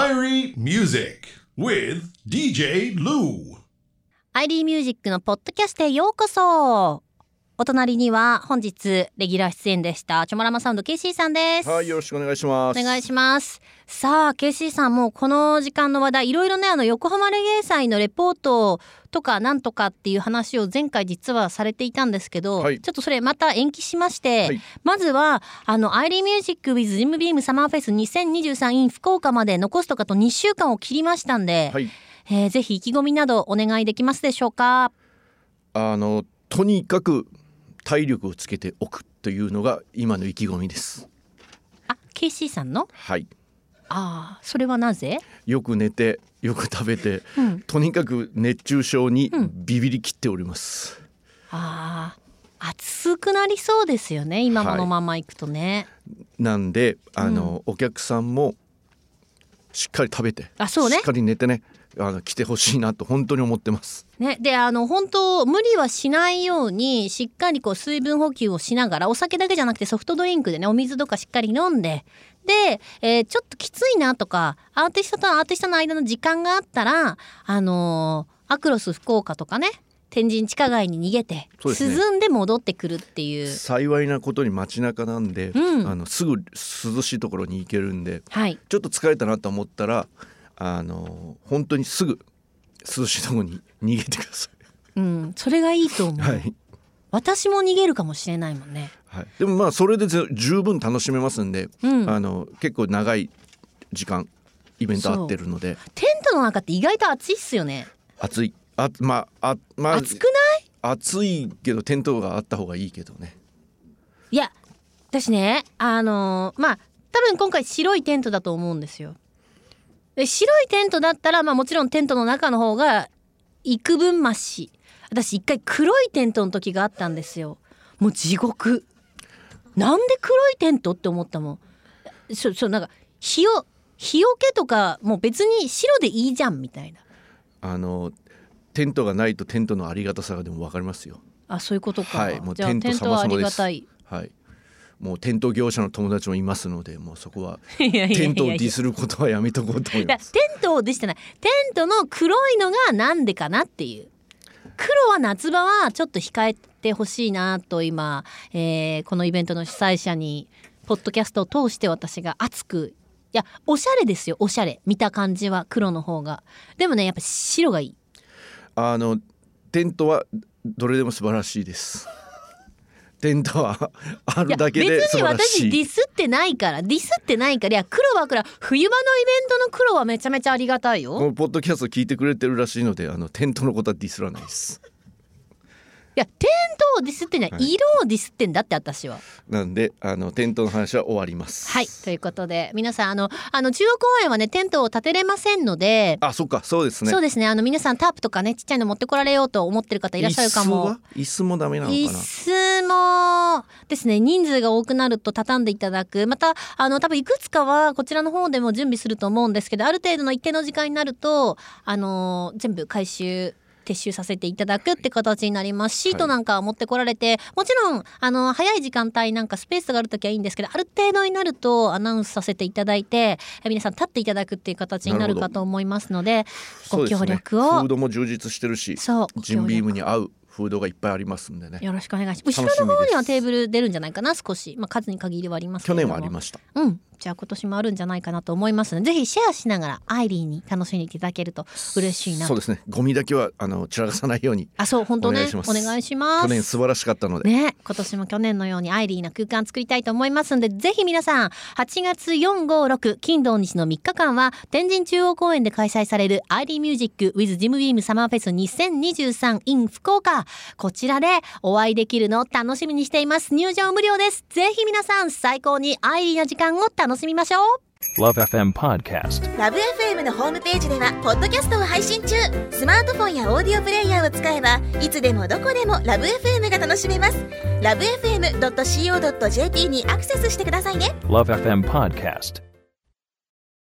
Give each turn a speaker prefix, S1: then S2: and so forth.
S1: Irie Music with DJ Lou.
S2: アイリーミュージックのポッドキャストへようこそお隣には本日レギュラー出演でしたチョモラマサウンドケイシーさんです
S3: はい、よろしくお願いします。
S2: お願いしますさあケイシーさんもうこの時間の話題いろいろねあの横浜レゲエ祭のレポートとかなんとかっていう話を前回実はされていたんですけど、
S3: はい
S2: ちょっとそれまた延期しまして、
S3: はい
S2: まずはあのアイリーミュージック with ジムビームサマーフェス 2023in 福岡まで残すとかと2週間を切りましたんで、
S3: はい、
S2: えーぜひ意気込みなどお願いできますでしょうか
S3: あの、とにかく体力をつけておくというのが今の意気込みです。
S2: あ、KC さんの
S3: はい、
S2: ああ、それはなぜ
S3: よく寝て、よく食べて、
S2: うん
S3: とにかく熱中症に
S2: うん
S3: ビビりきっております。
S2: ああ、暑くなりそうですよね、今のまま行くとね。
S3: なんで、あの、お客さんもしっかり食べて、
S2: あそうね
S3: しっかり寝てね、あの来てほしいなと本当に思ってます。
S2: ね、で、あの、本当無理はしないように、しっかりこう、水分補給をしながら、お酒だけじゃなくてソフトドリンクでね、お水とかしっかり飲んで、で、えーちょっときついなとか、アーティストとアーティストの間の時間があったら、あのーアクロス福岡とかね、天神地下街に逃げて、
S3: そうですね
S2: 涼んで戻ってくるっていう。
S3: 幸いなことに街中なんで、
S2: うん
S3: あのすぐ涼しいところに行けるんで、
S2: はい。
S3: ちょっと疲れたなと思ったらあの本当にすぐ涼しいとこに 逃げてくださ
S2: うん、それがいいと思う。
S3: い。はい
S2: 私も逃げるかもしれないもんね。
S3: はい、でもまあそれでぜ十分楽しめますんで、
S2: うん
S3: あの結構長い時間イベント合ってるので
S2: テントの中って意外と暑いっすよね。
S3: 暑いあまああまあ
S2: 暑くない？
S3: 暑いけどテントがあった方がいいけどね
S2: いや、私ね、あのーまあ多分今回白いテントだと思うんですよ。で白いテントだったらまあもちろんテントの中の方が幾分マシ。私一回黒いテントの時があったんですよ。もう地獄。なんで黒いテントって思ったもん。そうそうなんか日よ日よけとかもう別に白でいいじゃんみたいな。
S3: あのテントがないとテントのありがたさがでも分かりますよ
S2: あそういうことか。
S3: はいもう
S2: じゃあ
S3: テント
S2: テント
S3: 様
S2: はあ
S3: 々
S2: り
S3: で
S2: が
S3: す
S2: たい。
S3: はいもうテント業者の友達もいますのでもうそこはい
S2: やいやいやいや
S3: テントをディスることはやめとこうと思い
S2: いや
S3: ま
S2: テ
S3: す
S2: ントをでしてないテントの黒いのがなんでかなっていう黒は夏場はちょっと控えてほしいなと今、えーこのイベントの主催者にポッドキャストを通して私が熱くいやおしゃれですよおしゃれ見た感じは黒の方がでもねやっぱ白がいい
S3: あのテントはどれでも素晴らしいです。テントはあ
S2: い
S3: る
S2: や
S3: だ
S2: 別
S3: けで素
S2: に
S3: 晴らし
S2: 私ディ
S3: い。
S2: スってないからディスってないからいや黒は黒は冬場のイベントの黒はめちゃめちゃありがたいよ
S3: このポッドキャスト聞いてくれてるらしいので、あのテントのことはディスらないです。
S2: いやテントをディスってない、色をディスってんだって私は
S3: なんで、あのテントの話は終わります。
S2: はいということで皆さんあのあの中央公園はねテントを建てれませんので、
S3: あ、そっか、そうですね。
S2: そうですねあの皆さんタープとかねちっちゃいの持ってこられようと思ってる方いらっしゃるかも
S3: 椅子は。椅子もダメなの
S2: 椅
S3: か
S2: 子
S3: な。
S2: もですね人数が多くなると畳んでいただくまたあの多分いくつかはこちらの方でも準備すると思うんですけどある程度の一定の時間になるとあの全部回収撤収させていただくって形になりますシートなんかは持ってこられて、もちろんあの早い時間帯なんかスペースがある時はいいんですけどある程度になるとアナウンスさせていただいてえ皆さん立っていただくっていう形になる
S3: な
S2: か
S3: るほど
S2: と思いますので
S3: そう
S2: ご
S3: です
S2: 協
S3: ね
S2: 力を
S3: フードも充実してるし、
S2: そうご
S3: ジ
S2: 協
S3: ンビー
S2: 力
S3: ムに合うフードがいっぱいありますんでね。
S2: よろしくお願いします。
S3: 楽しみ
S2: 後
S3: です
S2: ろの方にはテーブル出るんじゃないかな、少し。まあ、数に限りはありますけ
S3: 去
S2: れど
S3: 年
S2: も。
S3: はありました。
S2: うん。じゃあ今年もあるんじゃないかなと思いますので、ぜひシェアしながら、アイリーに楽しんでいただけると嬉しいな
S3: そう。ですね。ゴミだけはあの散らかさないように。
S2: あ、そう、本当
S3: お
S2: ね
S3: 願いし。ます
S2: お願いしま
S3: 去
S2: す。
S3: 年素晴らしかったので。
S2: ね、今年も去年のようにアイリーな空間作りたいと思いますのでぜひ皆さん8月456金土日の3日間は天神中央公園で開催されるアイリーミュージック with ジムビームサマーフェス2023 in 福岡こちらでお会いできるのを楽しみにしています入場無料ですぜひ皆さん最高にアイリーな時間を楽しみましょう
S4: Love FM Podcast.
S5: ラブ f m のホームページではポッドキャストを配信中スマートフォンやオーディオプレイヤーを使えばいつでもどこでもラブ f m が楽しめますラブ FM.co.jp にアクセスしてくださいね
S4: Love FM Podcast.